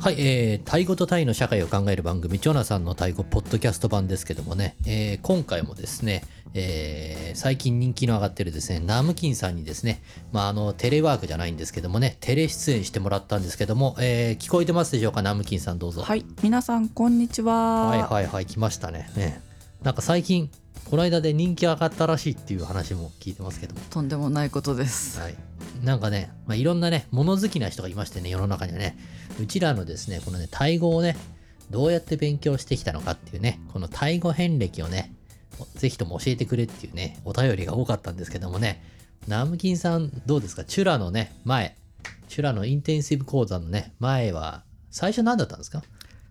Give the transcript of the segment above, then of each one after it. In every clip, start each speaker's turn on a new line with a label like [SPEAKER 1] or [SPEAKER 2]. [SPEAKER 1] はい、えー、タイ語とタイの社会を考える番組、ジョナさんのタイ語ポッドキャスト版ですけどもね、えー今回もですね、えー最近人気の上がってるですね、ナムキンさんにですね、まあ、あの、テレワークじゃないんですけどもね、テレ出演してもらったんですけども、えー聞こえてますでしょうか、ナムキンさんどうぞ。
[SPEAKER 2] はい、皆さんこんにちは。
[SPEAKER 1] はいはいはい、来ましたね。ねなんか最近、この間で人気上がったらしいっていう話も聞いてますけども。
[SPEAKER 2] とんでもないことです。
[SPEAKER 1] はい、なんかね、まあ、いろんなね物好きな人がいましてね世の中にはねうちらのですねこのねタイ語をねどうやって勉強してきたのかっていうねこのタイ語遍歴をねぜひとも教えてくれっていうねお便りが多かったんですけどもねナムキンさんどうですかチュラのね前チュラのインテンシブ講座のね前は最初何だったんですか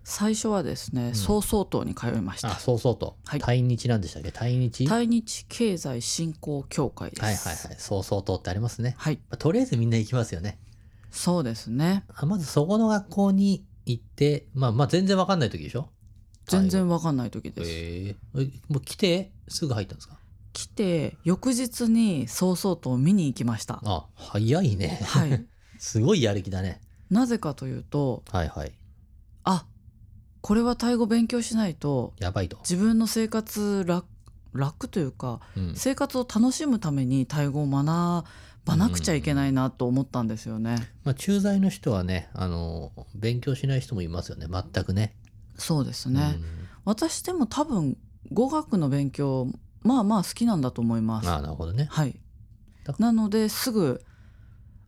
[SPEAKER 2] 最初はですね、曹操党に通いまし
[SPEAKER 1] あ
[SPEAKER 2] た。
[SPEAKER 1] そうそうと、
[SPEAKER 2] はい
[SPEAKER 1] 対日なんでしたっけ対日
[SPEAKER 2] 対日経済振興協会です。
[SPEAKER 1] はいはいはいそうそうとってありますね、
[SPEAKER 2] はい
[SPEAKER 1] まあとりあえずみんな行きますよね
[SPEAKER 2] そうですね。
[SPEAKER 1] あまずそこの学校に行って、まあまあ全然わかんない時でしょ
[SPEAKER 2] 全然わかんない時です。
[SPEAKER 1] ええもう来てすぐ入ったんですか
[SPEAKER 2] 来て翌日に曹操党を見に行きました。
[SPEAKER 1] あ、早いね。
[SPEAKER 2] はい。
[SPEAKER 1] すごいやる気だね。
[SPEAKER 2] なぜかというと、
[SPEAKER 1] はいはい。
[SPEAKER 2] あ、これはタイ語勉強しないと
[SPEAKER 1] やばいと。
[SPEAKER 2] 自分の生活楽楽というか
[SPEAKER 1] うん。
[SPEAKER 2] 生活を楽しむためにタイ語を学ばなくちゃいけないなと思ったんですよね。
[SPEAKER 1] まあ駐在の人はね、あの、勉強しない人もいますよね。全くね。
[SPEAKER 2] そうですね、
[SPEAKER 1] うん
[SPEAKER 2] 私でも多分語学の勉強まあまあ好きなんだと思います。
[SPEAKER 1] ああ、なるほどね。
[SPEAKER 2] はい
[SPEAKER 1] だか
[SPEAKER 2] なのですぐ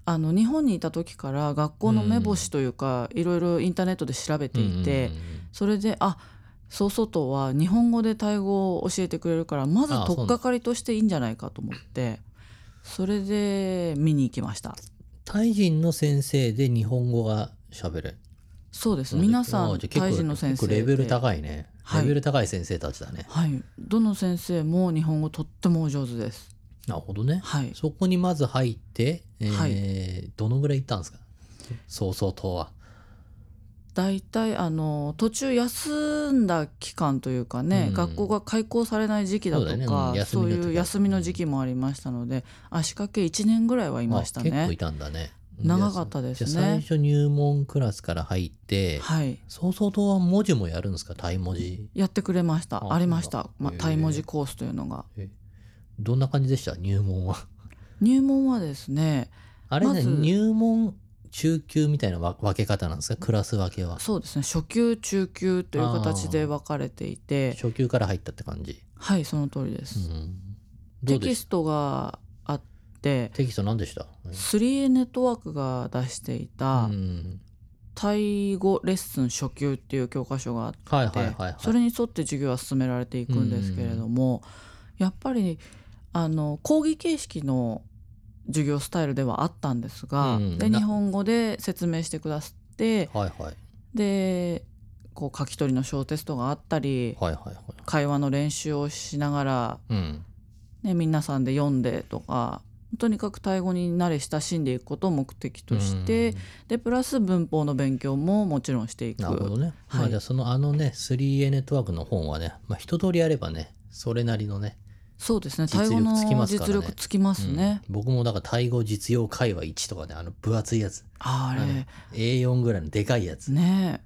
[SPEAKER 2] あの日本にいた時から学校の目星というか、いろいろインターネットで調べていて、
[SPEAKER 1] うんうんうんうん
[SPEAKER 2] それであそうそうとは日本語でタイ語を教えてくれるからまず
[SPEAKER 1] ああ
[SPEAKER 2] 取っかかりとしていいんじゃないかと思ってそれで見に行きました。
[SPEAKER 1] タイ人の先生で日本語が喋れる。
[SPEAKER 2] そうです皆さ
[SPEAKER 1] あ
[SPEAKER 2] ん
[SPEAKER 1] じゃあ結構
[SPEAKER 2] タイ人の先生
[SPEAKER 1] 結構レベル
[SPEAKER 2] で
[SPEAKER 1] 高いね。
[SPEAKER 2] はい
[SPEAKER 1] レベル高い先生たちだね。
[SPEAKER 2] はい、どの先生も日本語とってもお上手です。
[SPEAKER 1] なるほどね。
[SPEAKER 2] はい、
[SPEAKER 1] そこにまず入って、えー
[SPEAKER 2] は
[SPEAKER 1] どのぐらい行ったんですかそうそう党は。
[SPEAKER 2] だいたいあの途中休んだ期間というかね、
[SPEAKER 1] うん
[SPEAKER 2] 学校が開校されない時期だと
[SPEAKER 1] そうだよね
[SPEAKER 2] か
[SPEAKER 1] う
[SPEAKER 2] そ
[SPEAKER 1] ん
[SPEAKER 2] う,、
[SPEAKER 1] 休みの時
[SPEAKER 2] いう休みの時期もありましたので足掛け1年ぐらいはい
[SPEAKER 1] い
[SPEAKER 2] ました
[SPEAKER 1] 結構い
[SPEAKER 2] ね。
[SPEAKER 1] たんだね。
[SPEAKER 2] 長かったですね
[SPEAKER 1] じゃあ最初入門クラスから入って、
[SPEAKER 2] はい
[SPEAKER 1] そうそう党は文字もやるんですかタイ文字。
[SPEAKER 2] やってくれました
[SPEAKER 1] あ
[SPEAKER 2] ありました、まあ
[SPEAKER 1] へえ
[SPEAKER 2] タイ文字コースというのが
[SPEAKER 1] えどんな感じでした入門は。
[SPEAKER 2] 入門はですね
[SPEAKER 1] あれね、
[SPEAKER 2] まず
[SPEAKER 1] 入門中級みたいなわ分け方なんですかクラス分けは。
[SPEAKER 2] そうですね初級中級という形で分かれていて
[SPEAKER 1] 初級から入ったって感じ。
[SPEAKER 2] はいその通りです、
[SPEAKER 1] うん、ど
[SPEAKER 2] テ
[SPEAKER 1] うで
[SPEAKER 2] キ
[SPEAKER 1] し
[SPEAKER 2] ストがあって
[SPEAKER 1] たテキスト何でした、
[SPEAKER 2] 3A ネットワークが出していうた、
[SPEAKER 1] ん、
[SPEAKER 2] タイ語レッスン初級っていう教科書があって、
[SPEAKER 1] はいはいはいはい。
[SPEAKER 2] それに沿って授業は進められていくんですけれども、やっぱりあの講義形式の授業スタイルではあったんですが、
[SPEAKER 1] うん
[SPEAKER 2] で
[SPEAKER 1] な
[SPEAKER 2] 日本語で説明してくださって
[SPEAKER 1] はいはい
[SPEAKER 2] でこう書き取りの小テストがあったり、
[SPEAKER 1] はいはいはい。
[SPEAKER 2] 会話の練習をしながら、
[SPEAKER 1] うん
[SPEAKER 2] ね、皆さんで読んでとかとにかくタイ語に慣れ親しんでいくことを目的として、
[SPEAKER 1] うん
[SPEAKER 2] でプラス文法の勉強ももちろんしていく。
[SPEAKER 1] なるほどね。ま
[SPEAKER 2] は
[SPEAKER 1] あ
[SPEAKER 2] い
[SPEAKER 1] じゃあそのあのね 3A ネットワークの本はね、まあ、一通りやればねそれなりのね,
[SPEAKER 2] そうですね。
[SPEAKER 1] 実
[SPEAKER 2] タイ
[SPEAKER 1] 力
[SPEAKER 2] 語の
[SPEAKER 1] つきますからね
[SPEAKER 2] 実力つきま
[SPEAKER 1] うん、
[SPEAKER 2] すね。
[SPEAKER 1] 僕もだからタイ語実用会話1とかねあの分厚いやつ
[SPEAKER 2] あ
[SPEAKER 1] あ
[SPEAKER 2] れ
[SPEAKER 1] A4 ぐらいのでかいやつ
[SPEAKER 2] ね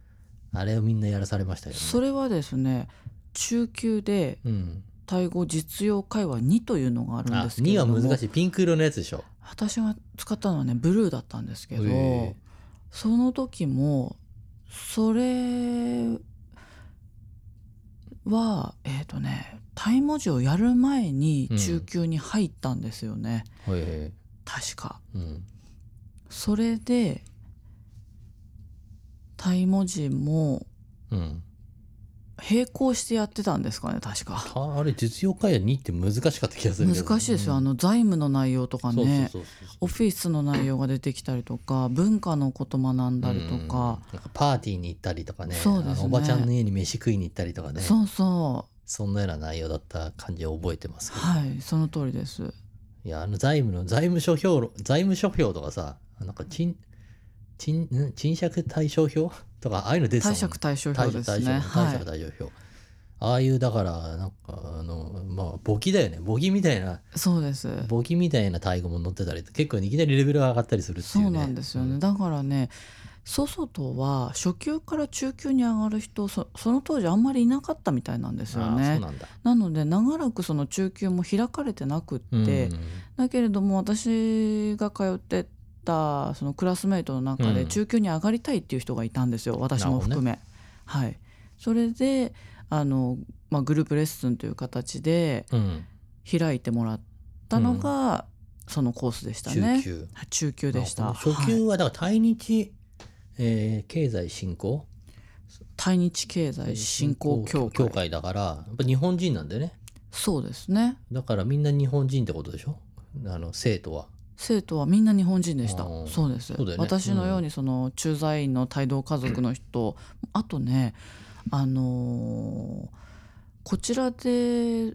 [SPEAKER 1] あれをみんなやらされましたけど、ね、
[SPEAKER 2] それはですね、中級で
[SPEAKER 1] うん、
[SPEAKER 2] タイ語実用会話2というのがあるん
[SPEAKER 1] あ
[SPEAKER 2] ですけれ
[SPEAKER 1] 2
[SPEAKER 2] ど
[SPEAKER 1] は
[SPEAKER 2] も、
[SPEAKER 1] 難しいピンク色のやつでしょ
[SPEAKER 2] 私が使ったのはねブルーだったんですけど
[SPEAKER 1] へえ、
[SPEAKER 2] その時もそれはえっ、とね、タイ文字をやる前に中級に入ったんですよね。
[SPEAKER 1] へ
[SPEAKER 2] 確か。
[SPEAKER 1] えうん
[SPEAKER 2] それでタイ文字も
[SPEAKER 1] うん、
[SPEAKER 2] 並行してやってたんですかね確か
[SPEAKER 1] ああれ実用会話2って難しかった気がするけど
[SPEAKER 2] 難しいですよ、あ
[SPEAKER 1] の
[SPEAKER 2] の財務の内容とかね
[SPEAKER 1] そうそうそうそう
[SPEAKER 2] オフィスの内容が出てきたりとか文化のこと学んだりとか、
[SPEAKER 1] うんなんかパーティーに行ったりとかね
[SPEAKER 2] そうですね
[SPEAKER 1] あのおばちゃんの家に飯食いに行ったりとかね
[SPEAKER 2] そうそ
[SPEAKER 1] そんなような内容だった感じを覚えてます
[SPEAKER 2] う
[SPEAKER 1] けど
[SPEAKER 2] はいその通りです
[SPEAKER 1] いや、あの財務の、財務諸表論、財務諸表とかさ、なんか賃、賃、ん賃借対照表とか、ああいうの出てたもん
[SPEAKER 2] 貸借対照
[SPEAKER 1] 対照
[SPEAKER 2] 表です
[SPEAKER 1] 対照
[SPEAKER 2] ねは
[SPEAKER 1] 対
[SPEAKER 2] い
[SPEAKER 1] 照対照表。ああいう、だから、なんか、あの、まあ、簿記だよね。簿記みたいな、
[SPEAKER 2] そうです
[SPEAKER 1] 簿記みたいなタイ語も載ってたり、結構いきなりレベルが上がったりするってい
[SPEAKER 2] そう
[SPEAKER 1] ね。
[SPEAKER 2] うなんですよね、だからね曹操とは初級から中級に上がる人そその当時あんまりいなかったみたいなんですよ
[SPEAKER 1] ああそう
[SPEAKER 2] ね。
[SPEAKER 1] なんだ。
[SPEAKER 2] なので長らくその中級も開かれてなくって、
[SPEAKER 1] うん
[SPEAKER 2] だけれども私が通ってたそのクラスメートの中
[SPEAKER 1] う
[SPEAKER 2] で
[SPEAKER 1] ん
[SPEAKER 2] 中級に上がりたいっていう人がいたんですよ私も含め。はい、それであの、まあ、グループレッスンという形で
[SPEAKER 1] うん、
[SPEAKER 2] 開いてもらったのが、そのコースでしたね。
[SPEAKER 1] 中
[SPEAKER 2] 中
[SPEAKER 1] 級。
[SPEAKER 2] 級でし
[SPEAKER 1] ま
[SPEAKER 2] た
[SPEAKER 1] あこの初
[SPEAKER 2] は
[SPEAKER 1] 級
[SPEAKER 2] い
[SPEAKER 1] はだから対日、えー経済振興
[SPEAKER 2] 対日経済振興協会
[SPEAKER 1] 協会だからやっぱ日本人なんだよね
[SPEAKER 2] そうですね
[SPEAKER 1] だからみんな日本人ってことでしょあの生徒は
[SPEAKER 2] 生徒はみんな日本人でした
[SPEAKER 1] あー
[SPEAKER 2] そうです
[SPEAKER 1] そうだよね
[SPEAKER 2] 私のようにその駐在員の帯同家族の人、あとねあのーこちらで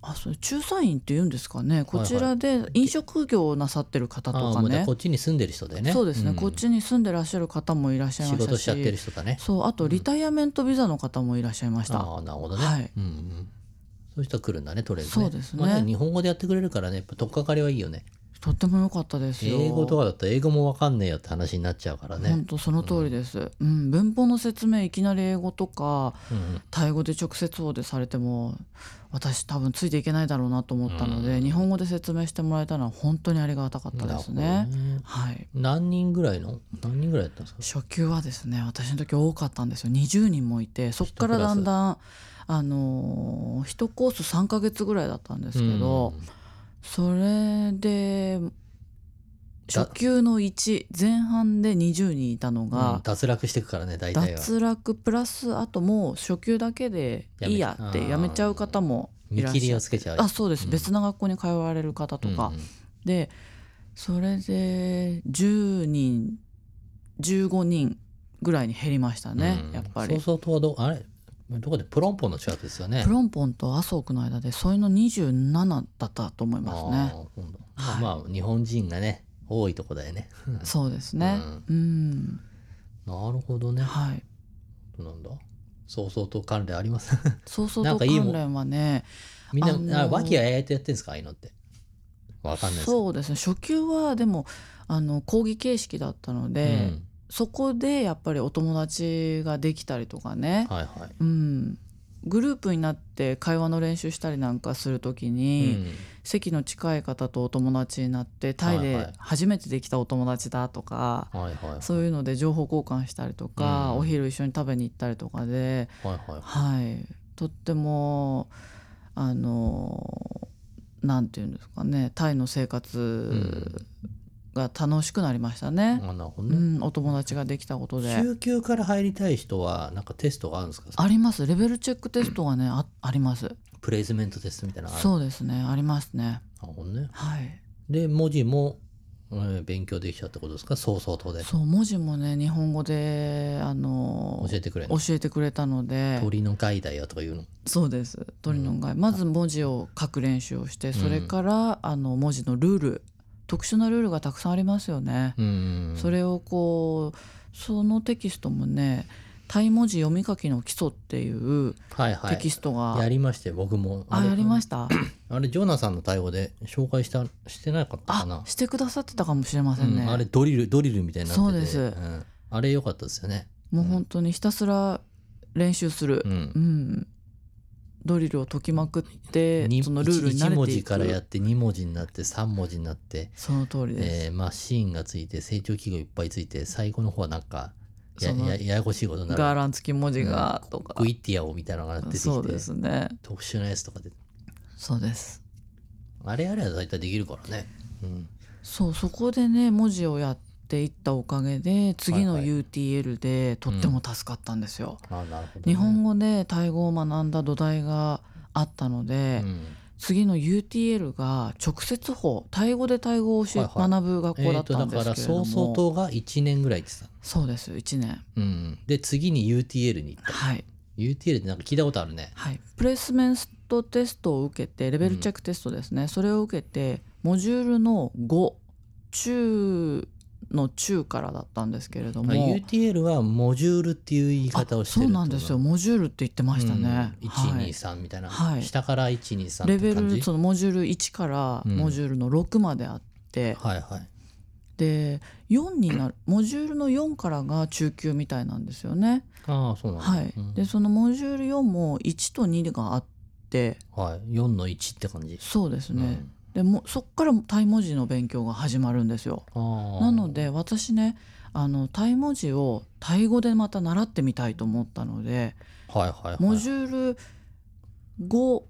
[SPEAKER 2] あそれ駐在員って言うんですかねこちらで飲食業をなさってる方
[SPEAKER 1] あ
[SPEAKER 2] と
[SPEAKER 1] あ
[SPEAKER 2] か
[SPEAKER 1] もうだ
[SPEAKER 2] ね
[SPEAKER 1] らこっちに住んでる人だよね
[SPEAKER 2] そうですね、
[SPEAKER 1] ん
[SPEAKER 2] こっちに住んでらっしゃる方もいらっしゃい
[SPEAKER 1] 仕
[SPEAKER 2] ましたし
[SPEAKER 1] 事しちゃってる人だね
[SPEAKER 2] そうあとリタイアメントビザの方もいらっしゃいました、
[SPEAKER 1] ああなるほどね、
[SPEAKER 2] はい
[SPEAKER 1] うんうんそういう人は来るんだねとりあえずね
[SPEAKER 2] そうですね
[SPEAKER 1] まあ日本語でやってくれるからねやっぱ取っかかりはいいよね
[SPEAKER 2] とっても良かったですよ
[SPEAKER 1] 英語とかだったら英語もわかんねえよって話になっちゃうからね、
[SPEAKER 2] 本当その通りです、うん文法の説明いきなり英語とか
[SPEAKER 1] うんうん
[SPEAKER 2] タイ語で直接応でされても私多分ついていけないだろうなと思ったので、
[SPEAKER 1] うん
[SPEAKER 2] 日本語で説明してもらえたのは本当にありがたかった
[SPEAKER 1] なる
[SPEAKER 2] で
[SPEAKER 1] ほ
[SPEAKER 2] す
[SPEAKER 1] ど
[SPEAKER 2] ね。はい
[SPEAKER 1] 何人ぐらいの何人ぐらいやったんですか
[SPEAKER 2] 初級はですね私の時多かったんですよ20人もいてそこから
[SPEAKER 1] 一クラ
[SPEAKER 2] だ
[SPEAKER 1] ス
[SPEAKER 2] んだんあのー、1コース3ヶ月ぐらいだったんですけど、
[SPEAKER 1] うん
[SPEAKER 2] それで初級の1前半で20人いたのが、
[SPEAKER 1] うん脱落していくからね大体は
[SPEAKER 2] 脱落プラスあともう初級だけでいいやっ
[SPEAKER 1] やめ
[SPEAKER 2] てやめちゃう方もい
[SPEAKER 1] 見
[SPEAKER 2] らっ
[SPEAKER 1] 切り
[SPEAKER 2] し
[SPEAKER 1] を
[SPEAKER 2] ゃる
[SPEAKER 1] つけちゃう
[SPEAKER 2] あそうです、
[SPEAKER 1] うん
[SPEAKER 2] 別な学校に通われる方とか、
[SPEAKER 1] うんうん
[SPEAKER 2] でそれで10人15人ぐらいに減りましたね、
[SPEAKER 1] うん
[SPEAKER 2] やっぱ
[SPEAKER 1] そう
[SPEAKER 2] り。
[SPEAKER 1] そうとはどあれどこでプロンポンの近くですよね
[SPEAKER 2] プロンポンと麻生区の間でそういうの27だったと思いますね。
[SPEAKER 1] ああ今度
[SPEAKER 2] はい
[SPEAKER 1] まあ日本人がね多いとこだよね
[SPEAKER 2] そうですね。うん、
[SPEAKER 1] なるほどね
[SPEAKER 2] はい。
[SPEAKER 1] なんだそうそうと関連あります
[SPEAKER 2] そうそう
[SPEAKER 1] な
[SPEAKER 2] と
[SPEAKER 1] んかいいもん
[SPEAKER 2] 関連はね、
[SPEAKER 1] みんな、
[SPEAKER 2] あのー
[SPEAKER 1] あ和気あいあいとやってんですかああいうのってわかんないですけど
[SPEAKER 2] そうですね。初級はでもあの講義形式だったので、そこでやっぱりお友達ができたりとかね、
[SPEAKER 1] うん、はいはい、
[SPEAKER 2] うん、グループになって会話の練習したりなんかするとき
[SPEAKER 1] う
[SPEAKER 2] に、
[SPEAKER 1] ん
[SPEAKER 2] 席の近い方とお友達になってタイ
[SPEAKER 1] はいは
[SPEAKER 2] で
[SPEAKER 1] い
[SPEAKER 2] 初めてできたお友達だとか、
[SPEAKER 1] はいはい
[SPEAKER 2] そういうので情報交換したりとか、
[SPEAKER 1] うん
[SPEAKER 2] お昼一緒に食べに行ったりとかで、
[SPEAKER 1] はいはい
[SPEAKER 2] はい、とってもあのなんていうんですかねタイの生活が楽しくなりましたね。
[SPEAKER 1] あなるほど
[SPEAKER 2] う
[SPEAKER 1] ね、
[SPEAKER 2] ん、お友達ができたことで
[SPEAKER 1] 中級から入りたい人はなんかテストがあるんですか
[SPEAKER 2] ありますレベルチェックテストがねああります
[SPEAKER 1] プレイスメントテストみたいなのある
[SPEAKER 2] そうですねありますね
[SPEAKER 1] なるほどね
[SPEAKER 2] はい
[SPEAKER 1] で文字も、えー勉強できちゃうってことですかそうそうとで
[SPEAKER 2] そう文字もね日本語であの
[SPEAKER 1] 教えてくれる
[SPEAKER 2] 教
[SPEAKER 1] の
[SPEAKER 2] えてくれたので
[SPEAKER 1] 鳥の貝だよとかいうの
[SPEAKER 2] そうです鳥の害、まず文字を書く練習をしてそれから、あの文字のルール特殊なルールがたくさんありますよね、
[SPEAKER 1] うん
[SPEAKER 2] それをこうそのテキストもねタイ文字読み書きの基礎っていう
[SPEAKER 1] はいは
[SPEAKER 2] テ
[SPEAKER 1] い
[SPEAKER 2] キストが、
[SPEAKER 1] やりまして僕も
[SPEAKER 2] あやりま
[SPEAKER 1] し
[SPEAKER 2] した
[SPEAKER 1] たあれジョナさんの対応で紹介したしてなかったか
[SPEAKER 2] あ
[SPEAKER 1] な
[SPEAKER 2] してくださってたかもしれませんね、
[SPEAKER 1] うんあれドリルドリルみたいになってて
[SPEAKER 2] そうです
[SPEAKER 1] んあれ良かったですよね
[SPEAKER 2] もう本当にひたすら練習する
[SPEAKER 1] う、
[SPEAKER 2] うんんドリルを解きまくって
[SPEAKER 1] に
[SPEAKER 2] そのルールに慣
[SPEAKER 1] 一文
[SPEAKER 2] れてい
[SPEAKER 1] 字からやっ
[SPEAKER 2] く
[SPEAKER 1] て2文字になって3文字になって、
[SPEAKER 2] その通りです、
[SPEAKER 1] えーまあシーンがついて成長記号いっぱいついて最後の方はなんかや
[SPEAKER 2] その
[SPEAKER 1] やややこしいことになる
[SPEAKER 2] ガーラン付き文字が
[SPEAKER 1] うん
[SPEAKER 2] とか、
[SPEAKER 1] グイッティアをみたいなのが出てきて
[SPEAKER 2] そうですね
[SPEAKER 1] 特殊なやつとかで
[SPEAKER 2] そうです
[SPEAKER 1] あれあれは大体できるからね、うん、
[SPEAKER 2] そうそこでね文字をやっていったおかげで次の
[SPEAKER 1] はいはい
[SPEAKER 2] UTL でとっても助かったんですよ、
[SPEAKER 1] あなるほどね、
[SPEAKER 2] 日本語でタイ語を学んだ土台があったので、
[SPEAKER 1] うん
[SPEAKER 2] 次の UTL が直接法タイ語でタイ語を教
[SPEAKER 1] は
[SPEAKER 2] え、
[SPEAKER 1] いはい
[SPEAKER 2] 学ぶ学校だ
[SPEAKER 1] えー
[SPEAKER 2] っ
[SPEAKER 1] と
[SPEAKER 2] た
[SPEAKER 1] だ
[SPEAKER 2] んで
[SPEAKER 1] か
[SPEAKER 2] すけ
[SPEAKER 1] ら
[SPEAKER 2] れども、
[SPEAKER 1] 曹操党が1年ぐらいって言って
[SPEAKER 2] そうです1年
[SPEAKER 1] た、うん、で次に UTL に行った
[SPEAKER 2] はい
[SPEAKER 1] UTL ってなんか聞いたことあるね
[SPEAKER 2] はいプレイスメントテストを受けてレベルチェックテストですね、それを受けてモジュールの5中の中からだったんですけれど
[SPEAKER 1] まあ
[SPEAKER 2] も
[SPEAKER 1] UTL はモジュールっていう言い
[SPEAKER 2] あ
[SPEAKER 1] 方をして
[SPEAKER 2] そ
[SPEAKER 1] る
[SPEAKER 2] う
[SPEAKER 1] って
[SPEAKER 2] な
[SPEAKER 1] こと
[SPEAKER 2] んですよモジュールって言ってましたね、
[SPEAKER 1] うん
[SPEAKER 2] はい
[SPEAKER 1] 123みたいな、
[SPEAKER 2] はい
[SPEAKER 1] 下から123
[SPEAKER 2] レ
[SPEAKER 1] って
[SPEAKER 2] ベ
[SPEAKER 1] 感じ
[SPEAKER 2] ルそのモジュール1から
[SPEAKER 1] うん
[SPEAKER 2] モジュールの6まであって、
[SPEAKER 1] はいはい
[SPEAKER 2] で4になるモジュールの4からが中級みたいなんですよね。
[SPEAKER 1] ああ、そうなんだ。
[SPEAKER 2] はい
[SPEAKER 1] うん、
[SPEAKER 2] でそのモジュール4も1と2があって
[SPEAKER 1] はい、4の1って感じ。
[SPEAKER 2] そうです
[SPEAKER 1] う
[SPEAKER 2] ね、
[SPEAKER 1] ん
[SPEAKER 2] でもそっからタイ文字の勉強が始まるんですよ。
[SPEAKER 1] ああ
[SPEAKER 2] なので私ねあのタイ文字をタイ語でまた習ってみたいと思ったので
[SPEAKER 1] はいはいはい。
[SPEAKER 2] モジュール5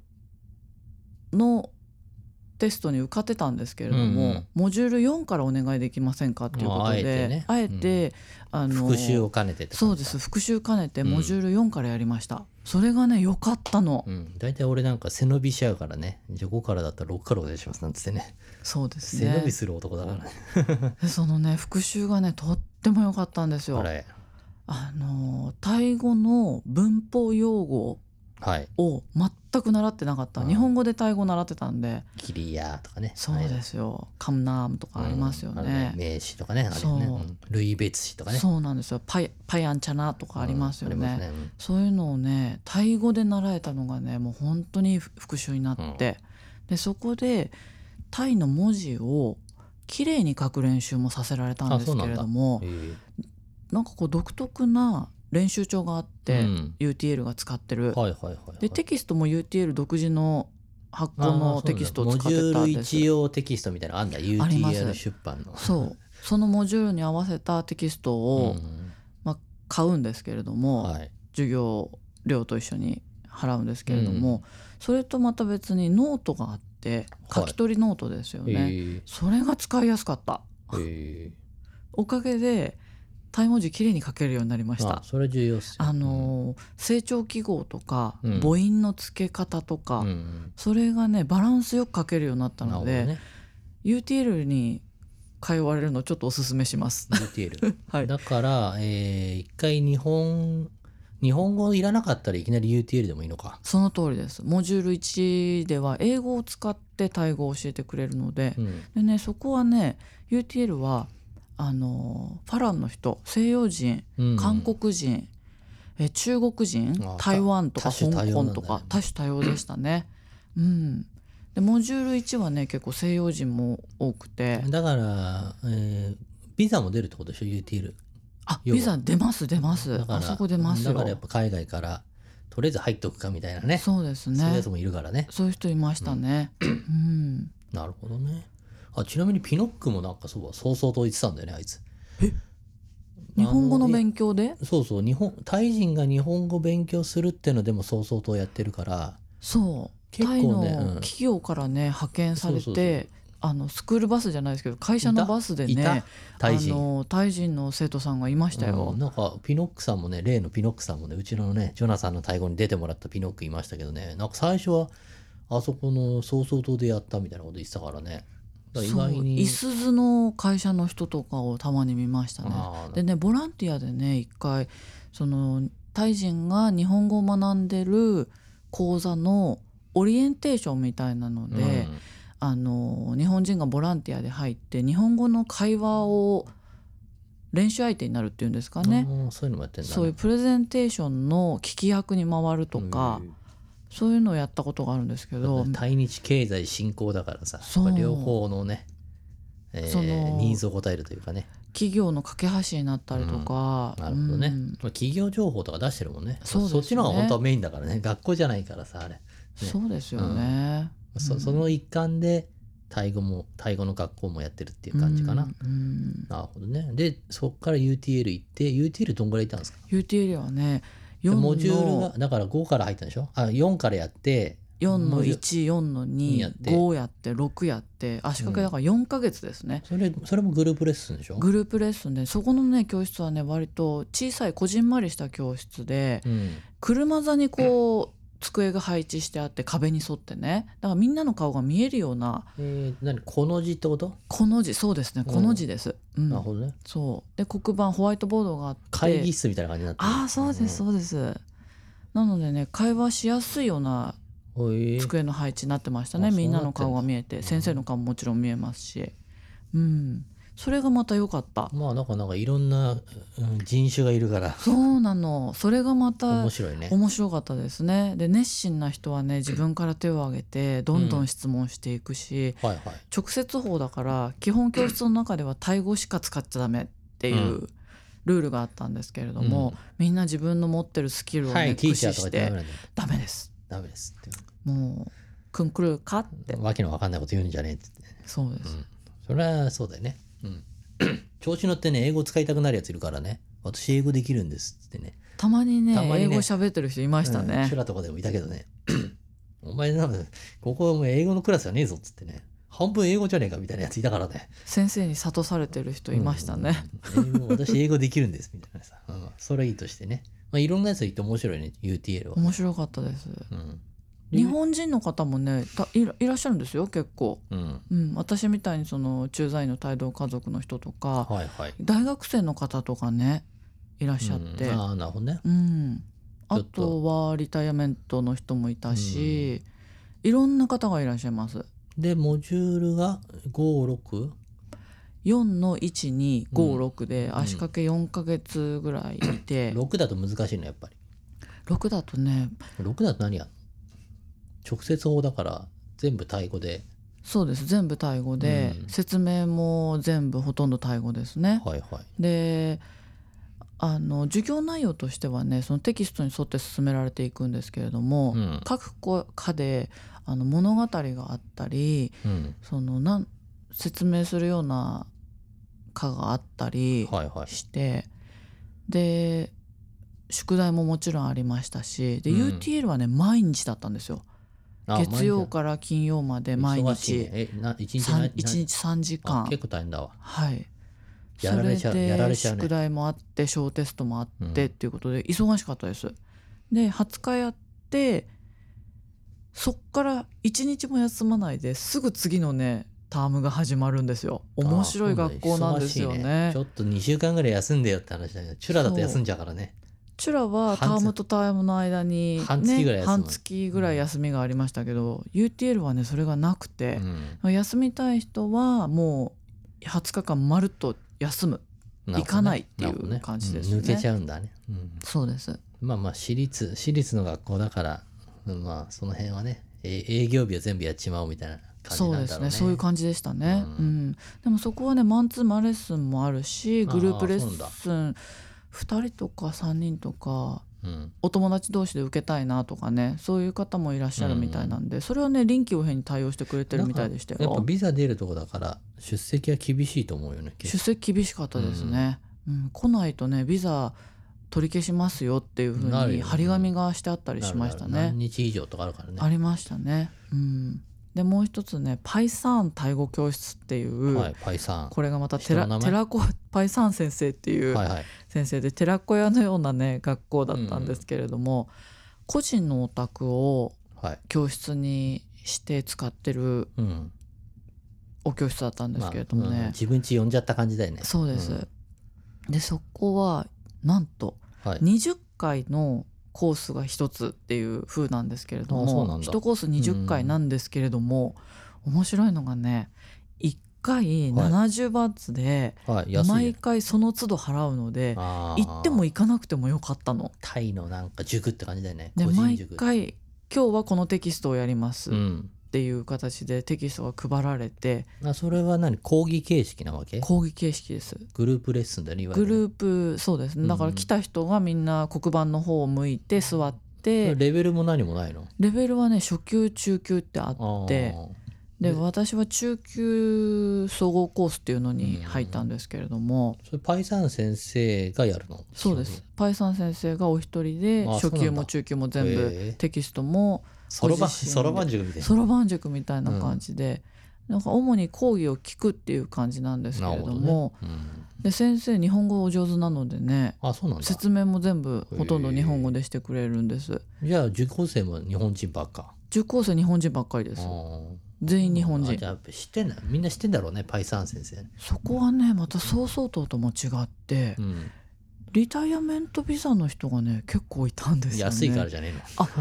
[SPEAKER 2] のテストに受かってたんですけれども、
[SPEAKER 1] うんうん
[SPEAKER 2] モジュール4からお願いできませんかっていうことで、
[SPEAKER 1] まああ
[SPEAKER 2] あ
[SPEAKER 1] え
[SPEAKER 2] え
[SPEAKER 1] て
[SPEAKER 2] て,、
[SPEAKER 1] ね
[SPEAKER 2] あの
[SPEAKER 1] 復習を兼ねてって
[SPEAKER 2] そ
[SPEAKER 1] 感
[SPEAKER 2] う
[SPEAKER 1] じ
[SPEAKER 2] で
[SPEAKER 1] だ
[SPEAKER 2] す復習兼ねて
[SPEAKER 1] うん
[SPEAKER 2] モジュール4からやりました、それがね良かったの、
[SPEAKER 1] うん、大体俺なんか背伸びしちゃうからねじゃあ5からだったら6からお願いしますなんつってね
[SPEAKER 2] そうです
[SPEAKER 1] 背伸
[SPEAKER 2] ね
[SPEAKER 1] びする男だからね
[SPEAKER 2] でそのね復習がねとっても良かったんですよ
[SPEAKER 1] あれ
[SPEAKER 2] あのタイ語の文法用語
[SPEAKER 1] はい
[SPEAKER 2] を全く習ってなかった、
[SPEAKER 1] うん
[SPEAKER 2] 日本語でタイ語習ってたんで
[SPEAKER 1] 「キリヤ」とかね
[SPEAKER 2] そうですすよ「カムナーム」とかありますよね,、
[SPEAKER 1] 名詞とかねあれ
[SPEAKER 2] そう
[SPEAKER 1] ね、うん類別詞とかね
[SPEAKER 2] そうなんですよパイパイアンチャナとかありますよね,、
[SPEAKER 1] うんありますねうん
[SPEAKER 2] そういうのをねタイ語で習えたのがねもう本当に復習になって、でそこでタイの文字をきれいに書く練習もさせられたんですけれども
[SPEAKER 1] ええ
[SPEAKER 2] なんかこう独特な練習帳があって、
[SPEAKER 1] うん
[SPEAKER 2] UTL が使ってる、
[SPEAKER 1] はいはいはいはい
[SPEAKER 2] でテキストも UTL 独自の発行
[SPEAKER 1] あー
[SPEAKER 2] のテキストを使って
[SPEAKER 1] そうなんだ
[SPEAKER 2] た
[SPEAKER 1] モ
[SPEAKER 2] ん
[SPEAKER 1] ジュール
[SPEAKER 2] です
[SPEAKER 1] 一応テキストみたいなのあんだ
[SPEAKER 2] あります
[SPEAKER 1] UTR 出版の
[SPEAKER 2] そうそのモジュールに合わせたテキストを
[SPEAKER 1] ん
[SPEAKER 2] 買うんですけれども、
[SPEAKER 1] はい
[SPEAKER 2] 授業料と一緒に払うんですけれども、それとまた別にノートがあって
[SPEAKER 1] はい
[SPEAKER 2] 書き取りノートですよね、
[SPEAKER 1] え
[SPEAKER 2] それが使いやすかった
[SPEAKER 1] えええ
[SPEAKER 2] おかげでタイ文字きれいに書けるようになりました
[SPEAKER 1] あそれ重要っすよ
[SPEAKER 2] あのー成長記号とか、
[SPEAKER 1] うん
[SPEAKER 2] 母音の付け方とか、
[SPEAKER 1] うんうん
[SPEAKER 2] それがねバランスよく書けるようになった
[SPEAKER 1] なる
[SPEAKER 2] の
[SPEAKER 1] ほど
[SPEAKER 2] で、
[SPEAKER 1] ね
[SPEAKER 2] UTL に通われるのちょっとおすすめ します。
[SPEAKER 1] UTL
[SPEAKER 2] はい、
[SPEAKER 1] だから、えー一回日本、日本語いらなかったらいきなり UTL でもいいのか。
[SPEAKER 2] その通りです。モジュール1では英語を使ってタイ語を教えてくれるので
[SPEAKER 1] う、ん。
[SPEAKER 2] でねそこはね UTL はあのファランの人西洋人
[SPEAKER 1] うん
[SPEAKER 2] 韓国人、え中国人
[SPEAKER 1] あ
[SPEAKER 2] 台湾とか
[SPEAKER 1] 多種
[SPEAKER 2] 香
[SPEAKER 1] 多様な
[SPEAKER 2] 港
[SPEAKER 1] んだね
[SPEAKER 2] とか多種多様でしたね。うん、でモジュール1はね結構西洋人も多くて
[SPEAKER 1] だから、えービザも出るってことでしょ、UTL。
[SPEAKER 2] あ
[SPEAKER 1] 要は
[SPEAKER 2] ビザ出ます出ます
[SPEAKER 1] だから、
[SPEAKER 2] あそこ出ますよ
[SPEAKER 1] だからやっぱ海外から、とりあえず入っとくかみたいなね。
[SPEAKER 2] そうです
[SPEAKER 1] そういう
[SPEAKER 2] ね
[SPEAKER 1] やつもいるからね。
[SPEAKER 2] そういう人いましたね、うん、
[SPEAKER 1] なるほどね。あちなみにピノックもなんかそうだそうそうと言ってたんだよねあいつ
[SPEAKER 2] 日本語の
[SPEAKER 1] 強
[SPEAKER 2] 勉強で
[SPEAKER 1] そうそう日本タイ人が日本語勉強するってのでもそうそうとやってるから
[SPEAKER 2] そう、
[SPEAKER 1] 結構
[SPEAKER 2] タ
[SPEAKER 1] ね
[SPEAKER 2] イ
[SPEAKER 1] うん
[SPEAKER 2] の企業からね派遣され
[SPEAKER 1] そうそうそう
[SPEAKER 2] てあのスクールバスじゃないですけど会社のバスで
[SPEAKER 1] いた
[SPEAKER 2] ね
[SPEAKER 1] タイ人
[SPEAKER 2] あのタイ人の生徒さんがいましたよ、
[SPEAKER 1] うんなんかピノックさんもね例のピノックさんもねうちのねジョナサンの対語に出てもらったピノックいましたけどねなんか最初はあそこの曹操島でやったみたいなこと言ってたからねだから意
[SPEAKER 2] そう
[SPEAKER 1] 外に
[SPEAKER 2] いすゞの会社の人とかをたまに見ましたね
[SPEAKER 1] あー
[SPEAKER 2] でねボランティアでね一回そのタイ人が日本語を学んでる講座のオリエンテーションみたいなので、
[SPEAKER 1] うん
[SPEAKER 2] あの日本人がボランティアで入って日本語の会話を練習相手になるっていうんですかね、
[SPEAKER 1] あーそういうのもやってんだね、
[SPEAKER 2] そういうプレゼンテーションの聞き役に回るとか、
[SPEAKER 1] うん
[SPEAKER 2] そういうのをやったことがあるんですけど、
[SPEAKER 1] 対日経済振興だからさ
[SPEAKER 2] そう
[SPEAKER 1] やっぱ両方のね、えー
[SPEAKER 2] その
[SPEAKER 1] ニーズを応えるというかね
[SPEAKER 2] 企業の架け橋になったりとか、
[SPEAKER 1] なるほどね、
[SPEAKER 2] うん
[SPEAKER 1] まあ企業情報とか出してるもんね
[SPEAKER 2] そうです
[SPEAKER 1] そ
[SPEAKER 2] ね
[SPEAKER 1] っちの方が本当はメインだからね学校じゃないからさあれ
[SPEAKER 2] そうですよね、
[SPEAKER 1] そその一環でタイ語もタイ語の学校もやってるっていう感じかな、
[SPEAKER 2] うんうん
[SPEAKER 1] なるほどねでそっから UTL 行って UTL どんぐらい行ったんですか
[SPEAKER 2] UTL はね
[SPEAKER 1] で
[SPEAKER 2] 4
[SPEAKER 1] モジュール
[SPEAKER 2] の
[SPEAKER 1] がだから5から入ったんでしょあ4からやって
[SPEAKER 2] 4
[SPEAKER 1] モ
[SPEAKER 2] の
[SPEAKER 1] ジュ
[SPEAKER 2] 14の
[SPEAKER 1] やっ
[SPEAKER 2] 2
[SPEAKER 1] て
[SPEAKER 2] 5やって6やって足掛けだから4ヶ月ですね、
[SPEAKER 1] それそれもグループレッスンでしょ
[SPEAKER 2] グループレッスンでそこのね教室はね割と小さいこじんまりした教室で
[SPEAKER 1] うん、
[SPEAKER 2] 車座にこう机が配置してあって壁に沿ってねだからみんなの顔が見えるような
[SPEAKER 1] えー、何この字ってこと、
[SPEAKER 2] この字そうですね
[SPEAKER 1] うん
[SPEAKER 2] この字です、うん
[SPEAKER 1] なるほどね
[SPEAKER 2] そうで黒板ホワイトボードがあって
[SPEAKER 1] 会議室みたいな感じになってる
[SPEAKER 2] ああそうですそうです、なのでね会話しやすいような
[SPEAKER 1] うんへえ
[SPEAKER 2] 机の配置になってましたね、
[SPEAKER 1] あ
[SPEAKER 2] みんな
[SPEAKER 1] そうな
[SPEAKER 2] の
[SPEAKER 1] ってんだ
[SPEAKER 2] 顔が見えて先生の顔ももちろん見えますしうんそれがまた良かった
[SPEAKER 1] まあなんかなんかいろんな、うん人種がいるから
[SPEAKER 2] そうなのそれがまた
[SPEAKER 1] 面白いね。
[SPEAKER 2] 面白かったですねで熱心な人はね自分から手を挙げてどんどん質問していくし、
[SPEAKER 1] はいはい。
[SPEAKER 2] 直接法だから基本教室の中ではタイ語しか使っちゃダメっていううルールがあったんですけれども、
[SPEAKER 1] うん
[SPEAKER 2] みんな自分の持ってるスキルを、ね
[SPEAKER 1] はい、ティ
[SPEAKER 2] 駆
[SPEAKER 1] ーチャ
[SPEAKER 2] 使
[SPEAKER 1] ーとか
[SPEAKER 2] し
[SPEAKER 1] 言ってダメなんだよ。
[SPEAKER 2] てダメです
[SPEAKER 1] ダメですって
[SPEAKER 2] もうくんくるかって
[SPEAKER 1] わけのわかんないこと言うんじゃねえって言って。
[SPEAKER 2] そうです、
[SPEAKER 1] うんそれはそうだよね。うん。 調子乗ってね、英語使いたくなるやついるからね。私英語できるんですってね。
[SPEAKER 2] たまにね
[SPEAKER 1] たまにね
[SPEAKER 2] 英語喋ってる人いました
[SPEAKER 1] うん
[SPEAKER 2] ね、
[SPEAKER 1] 修羅とかでもいたけどね。 お前なんか、ここはもう英語のクラスじゃねえぞっつってね。半分英語じゃねえかみたいなやついたからね。
[SPEAKER 2] 先生に諭されてる人いましたね、
[SPEAKER 1] うんうんうん。英語私英語できるんですみたいなさ。うん、それはいいとしてね。まあ、いろんなやつがいて面白いね、UTL は。
[SPEAKER 2] 面白かったです
[SPEAKER 1] うん。
[SPEAKER 2] 日本人の方もねたいらいらっしゃるんですよ結構、
[SPEAKER 1] うん。
[SPEAKER 2] うん、私みたいにその駐在員の帯同家族の人とか、
[SPEAKER 1] はいはい。
[SPEAKER 2] 大学生の方とかねいらっしゃって、
[SPEAKER 1] う
[SPEAKER 2] うんん
[SPEAKER 1] ああ、なるほどね。
[SPEAKER 2] あとはリタイアメントの人もいたし、いろんな方がいらっしゃいます。
[SPEAKER 1] で、モジュールが5、6?
[SPEAKER 2] 4の1256で足掛け4ヶ月ぐらいいて、
[SPEAKER 1] 6だと難しいの、やっぱり。
[SPEAKER 2] 6だとね
[SPEAKER 1] 6だと何やんの直接法だから、全部タイ語で。
[SPEAKER 2] そうです全部タイ語で、
[SPEAKER 1] うん
[SPEAKER 2] 説明も全部ほとんどタイ語ですね。
[SPEAKER 1] はいはい。
[SPEAKER 2] であの授業内容としてはねそのテキストに沿って進められていくんですけれども、
[SPEAKER 1] うん。
[SPEAKER 2] 各科であの物語があったり
[SPEAKER 1] うん。
[SPEAKER 2] そのなん説明するような科があったり
[SPEAKER 1] はいはい。
[SPEAKER 2] して、で宿題ももちろんありましたしで、
[SPEAKER 1] うん
[SPEAKER 2] UTL はね毎日だったんですよ
[SPEAKER 1] あ
[SPEAKER 2] 月曜
[SPEAKER 1] 毎
[SPEAKER 2] から金曜まで
[SPEAKER 1] 日
[SPEAKER 2] 毎
[SPEAKER 1] 忙しいね
[SPEAKER 2] 日
[SPEAKER 1] え、な、一日
[SPEAKER 2] さん
[SPEAKER 1] 何
[SPEAKER 2] 1日3時
[SPEAKER 1] あ
[SPEAKER 2] 間
[SPEAKER 1] 結構大変だわ。
[SPEAKER 2] はい
[SPEAKER 1] やられちゃう
[SPEAKER 2] そ
[SPEAKER 1] やられちゃうね
[SPEAKER 2] 宿題もあって小テストもあって
[SPEAKER 1] うん
[SPEAKER 2] っていうことで忙しかったです、で20日やってそっから1日も休まないですぐ次のねタームが始まるんですよ面白い学校なんですよ
[SPEAKER 1] あ
[SPEAKER 2] ね
[SPEAKER 1] そうだ忙しいちょっと2週間ぐらい休んでよって話だけど、チュラだと休んじゃうからね。
[SPEAKER 2] チュラはタ
[SPEAKER 1] 半月
[SPEAKER 2] ームとタームの間に、ね、
[SPEAKER 1] 半月ぐらい休む
[SPEAKER 2] 半月ぐらい休みがありましたけど、UTL はねそれがなくて
[SPEAKER 1] う、ん
[SPEAKER 2] 休みたい人はもう20日間まるっと休む
[SPEAKER 1] るほどね
[SPEAKER 2] 行かないっていう
[SPEAKER 1] なるほど
[SPEAKER 2] 感じですね
[SPEAKER 1] うん抜けちゃうんだね。うん
[SPEAKER 2] そうです
[SPEAKER 1] まあまあ、私立、私立の学校だから、うんまあ、その辺はね、え営業日は全部やっちまおうみたいな感じ
[SPEAKER 2] そう
[SPEAKER 1] なん
[SPEAKER 2] で
[SPEAKER 1] だ
[SPEAKER 2] す
[SPEAKER 1] ろうね。
[SPEAKER 2] ねそういう感じでしたね、
[SPEAKER 1] う
[SPEAKER 2] うんんでもそこはねマンツーマンレッスンもあるしグループレッ
[SPEAKER 1] ああ
[SPEAKER 2] スン2人とか3人とか
[SPEAKER 1] うん
[SPEAKER 2] お友達同士で受けたいなとかねそういう方もいらっしゃるみたいなんで、それはね臨機応変に対応してくれてるみたいでした
[SPEAKER 1] やっぱ
[SPEAKER 2] よ
[SPEAKER 1] ビザ出るとこだから、出席は厳しいと思うよね。
[SPEAKER 2] 出席厳しかったですね、うん来ないとねビザ取り消しますよっていうふ
[SPEAKER 1] な
[SPEAKER 2] う
[SPEAKER 1] るよ
[SPEAKER 2] に
[SPEAKER 1] ね
[SPEAKER 2] 張り紙がしてあったりしました
[SPEAKER 1] なるなる
[SPEAKER 2] ね
[SPEAKER 1] 何日以上とかあるからね。
[SPEAKER 2] ありましたねうんでもう一つねパイサーンタイ語教室っていう、
[SPEAKER 1] はい、パイさん。
[SPEAKER 2] これがまた
[SPEAKER 1] 人の
[SPEAKER 2] 寺
[SPEAKER 1] 名前
[SPEAKER 2] 寺子パイサン先生っていう
[SPEAKER 1] はいはい。
[SPEAKER 2] 先生で寺子屋のようなね学校だったんですけれども、個人のお宅を
[SPEAKER 1] はい。
[SPEAKER 2] 教室にして使ってる
[SPEAKER 1] うん。
[SPEAKER 2] お教室だったんですけれどもね、
[SPEAKER 1] まあうん自分家呼んじゃった感じだよね。
[SPEAKER 2] そうです、
[SPEAKER 1] ん
[SPEAKER 2] でそこはなんと
[SPEAKER 1] はい。
[SPEAKER 2] 20回のコースが一つっていう風なんですけれど
[SPEAKER 1] あそうな
[SPEAKER 2] も
[SPEAKER 1] んだ
[SPEAKER 2] 一コース20回なんですけれども、面白いのがね1回70バーツで
[SPEAKER 1] はい、安いね、
[SPEAKER 2] 毎回その都度払うので、
[SPEAKER 1] あー
[SPEAKER 2] 行っても行かなくてもよかったの。
[SPEAKER 1] タイのなんか塾って感じだよね。
[SPEAKER 2] で
[SPEAKER 1] 個人
[SPEAKER 2] 毎
[SPEAKER 1] 塾。
[SPEAKER 2] 回今日はこのテキストをやります
[SPEAKER 1] う
[SPEAKER 2] っ
[SPEAKER 1] ん。
[SPEAKER 2] ていう形でテキストが配られて
[SPEAKER 1] あそれは何講義形式なわけ
[SPEAKER 2] 講義形式です
[SPEAKER 1] グループレッスンだよね、いわゆ
[SPEAKER 2] グ
[SPEAKER 1] るね。
[SPEAKER 2] ループそうです
[SPEAKER 1] う
[SPEAKER 2] ね
[SPEAKER 1] ん
[SPEAKER 2] だから来た人がみんな黒板の方を向いて座って
[SPEAKER 1] レベルも何もないの
[SPEAKER 2] レベルはね初級中級ってあ
[SPEAKER 1] あ
[SPEAKER 2] って
[SPEAKER 1] ー
[SPEAKER 2] で
[SPEAKER 1] で
[SPEAKER 2] 私は中級総合コースっていうのに入ったんですけれども
[SPEAKER 1] それパイサン先生がやるの
[SPEAKER 2] そうですパイさん先生がお一人で
[SPEAKER 1] あそ
[SPEAKER 2] 初
[SPEAKER 1] うな
[SPEAKER 2] 級
[SPEAKER 1] んだ
[SPEAKER 2] も中級も全
[SPEAKER 1] へえ
[SPEAKER 2] 部テキストも
[SPEAKER 1] そろばん
[SPEAKER 2] ご自身で
[SPEAKER 1] そろばん塾みたいな
[SPEAKER 2] そろばん塾みたいな感じで、なんか主に講義を聞くっていう感じなんですけれ
[SPEAKER 1] な
[SPEAKER 2] ども
[SPEAKER 1] るほどねうん
[SPEAKER 2] で先生日本語お上手なのでね
[SPEAKER 1] あそうなんだ
[SPEAKER 2] 説明も全部
[SPEAKER 1] へえ
[SPEAKER 2] ほとんど日本語でしてくれるんです
[SPEAKER 1] じゃあ受講生も日本人ばっか
[SPEAKER 2] 受講生日本人ばっかりで
[SPEAKER 1] あ
[SPEAKER 2] す
[SPEAKER 1] ー
[SPEAKER 2] 全員日本
[SPEAKER 1] あじ
[SPEAKER 2] 人
[SPEAKER 1] ゃあやっぱ知ってんだみんな知ってんだろうねパイサン先生
[SPEAKER 2] そこはねまたそうそうとも違って
[SPEAKER 1] うん
[SPEAKER 2] リタイアメントビザの人がね結構いたんですよね
[SPEAKER 1] 安いからじゃねえの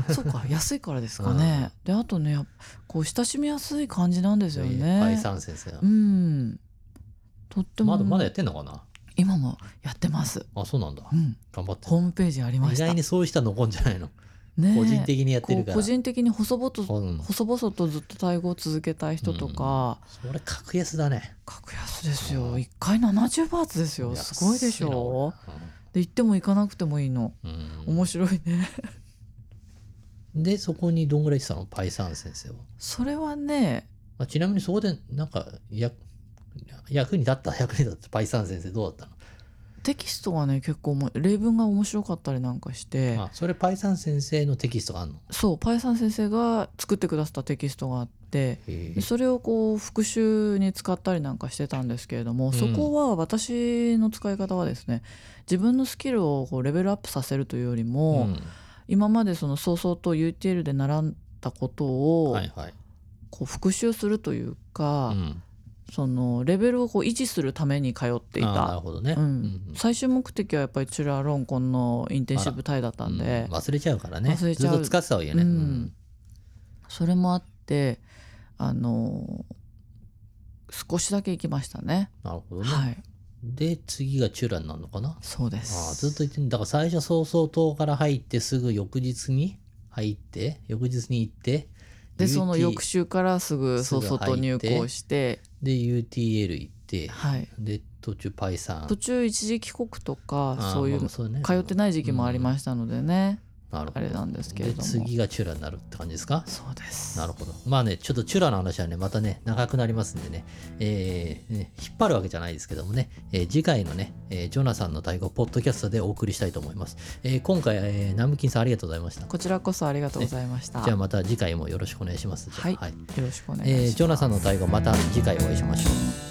[SPEAKER 2] あそうか安いからですかね、であとねやっぱこう親しみやすい感じなんですよ
[SPEAKER 1] パイ
[SPEAKER 2] ね
[SPEAKER 1] サン先生は
[SPEAKER 2] うんとっても
[SPEAKER 1] まだまだやってんのかな
[SPEAKER 2] 今もやってます、
[SPEAKER 1] あそうなんだ
[SPEAKER 2] うん、
[SPEAKER 1] 頑張って
[SPEAKER 2] ホームページありま
[SPEAKER 1] 意
[SPEAKER 2] した
[SPEAKER 1] 外にそういう人は残んじゃないの
[SPEAKER 2] ねえ
[SPEAKER 1] 個人的にやってる
[SPEAKER 2] こ
[SPEAKER 1] か
[SPEAKER 2] う
[SPEAKER 1] ら
[SPEAKER 2] 個人的に細々と
[SPEAKER 1] そうなの
[SPEAKER 2] 細々とずっと対語を続けたい人とか、
[SPEAKER 1] それ格安だね
[SPEAKER 2] 格安ですよ一回70バーツですよ
[SPEAKER 1] 安いな
[SPEAKER 2] すごいでしょ
[SPEAKER 1] こ
[SPEAKER 2] で行っても行かなくてもいいの
[SPEAKER 1] れうん
[SPEAKER 2] 面白いね
[SPEAKER 1] でそこにどんぐらい行ってたのパイサン先生は
[SPEAKER 2] それはね
[SPEAKER 1] あちなみにそこでなんか役役に立った役に立ったパイサン先生どうだっ
[SPEAKER 2] テキストがね結構おも例文が面白かったりなんかして、
[SPEAKER 1] たのあそれパイサン先生のテキストがあるの
[SPEAKER 2] そうパイサン先生が作ってくださったテキストがあって
[SPEAKER 1] へ
[SPEAKER 2] でそれをこう復習に使ったりなんかしてたんですけれども、
[SPEAKER 1] ん
[SPEAKER 2] そこは私の使い方はですね自分のスキルをこうレベルアップさせるというより
[SPEAKER 1] う
[SPEAKER 2] も、
[SPEAKER 1] ん
[SPEAKER 2] 今までその早々と UTL で習ったことを
[SPEAKER 1] はいはい
[SPEAKER 2] こう復習するというか、
[SPEAKER 1] うん
[SPEAKER 2] そのレベルをこう維持するために通ってい
[SPEAKER 1] あなる
[SPEAKER 2] た、
[SPEAKER 1] ほどね
[SPEAKER 2] うん
[SPEAKER 1] うん
[SPEAKER 2] 最終目的はやっぱりチュラロンコンのインテンシブタイだったんで、
[SPEAKER 1] うん忘れちゃうからね
[SPEAKER 2] 忘れちゃう
[SPEAKER 1] ずっと使ってた方がいいよね
[SPEAKER 2] うん
[SPEAKER 1] うん
[SPEAKER 2] それもあってあの少しだけ行きましたね。
[SPEAKER 1] なるほどね
[SPEAKER 2] はい、
[SPEAKER 1] で次がチュラになるのかな
[SPEAKER 2] そうで
[SPEAKER 1] ああ
[SPEAKER 2] す。
[SPEAKER 1] ずっと言ってんだから最初早々党から入ってすぐ翌日に入って翌日に行って
[SPEAKER 2] で
[SPEAKER 1] UT
[SPEAKER 2] その翌週からすぐ
[SPEAKER 1] すぐ入っ
[SPEAKER 2] 早
[SPEAKER 1] て
[SPEAKER 2] 々と入校して、
[SPEAKER 1] で UTL 行って
[SPEAKER 2] はい、
[SPEAKER 1] で途中パイさん
[SPEAKER 2] 途中一時帰国とか
[SPEAKER 1] ああ
[SPEAKER 2] そういう
[SPEAKER 1] まあ
[SPEAKER 2] 通
[SPEAKER 1] そうね
[SPEAKER 2] ってない時期もありましたのでね、
[SPEAKER 1] なるほど
[SPEAKER 2] あれなんですけれども
[SPEAKER 1] で次がチュラになるって感じですか
[SPEAKER 2] そうです
[SPEAKER 1] なるほどまあねちょっとチュラの話はねまたね長くなりますんでね,、えーね引っ張るわけじゃないですけどもね、えー次回のね、えージョナサンの対語ポッドキャストでお送りしたいと思います、えー今回、えーナムキンさんありがとうございました
[SPEAKER 2] こちらこそありがとうございました。
[SPEAKER 1] じゃあまた次回もよろしくお願いしますじゃあ
[SPEAKER 2] はい、よろしくお願いしま
[SPEAKER 1] え
[SPEAKER 2] す。
[SPEAKER 1] ージョナサンの対語また次回お会いしましょう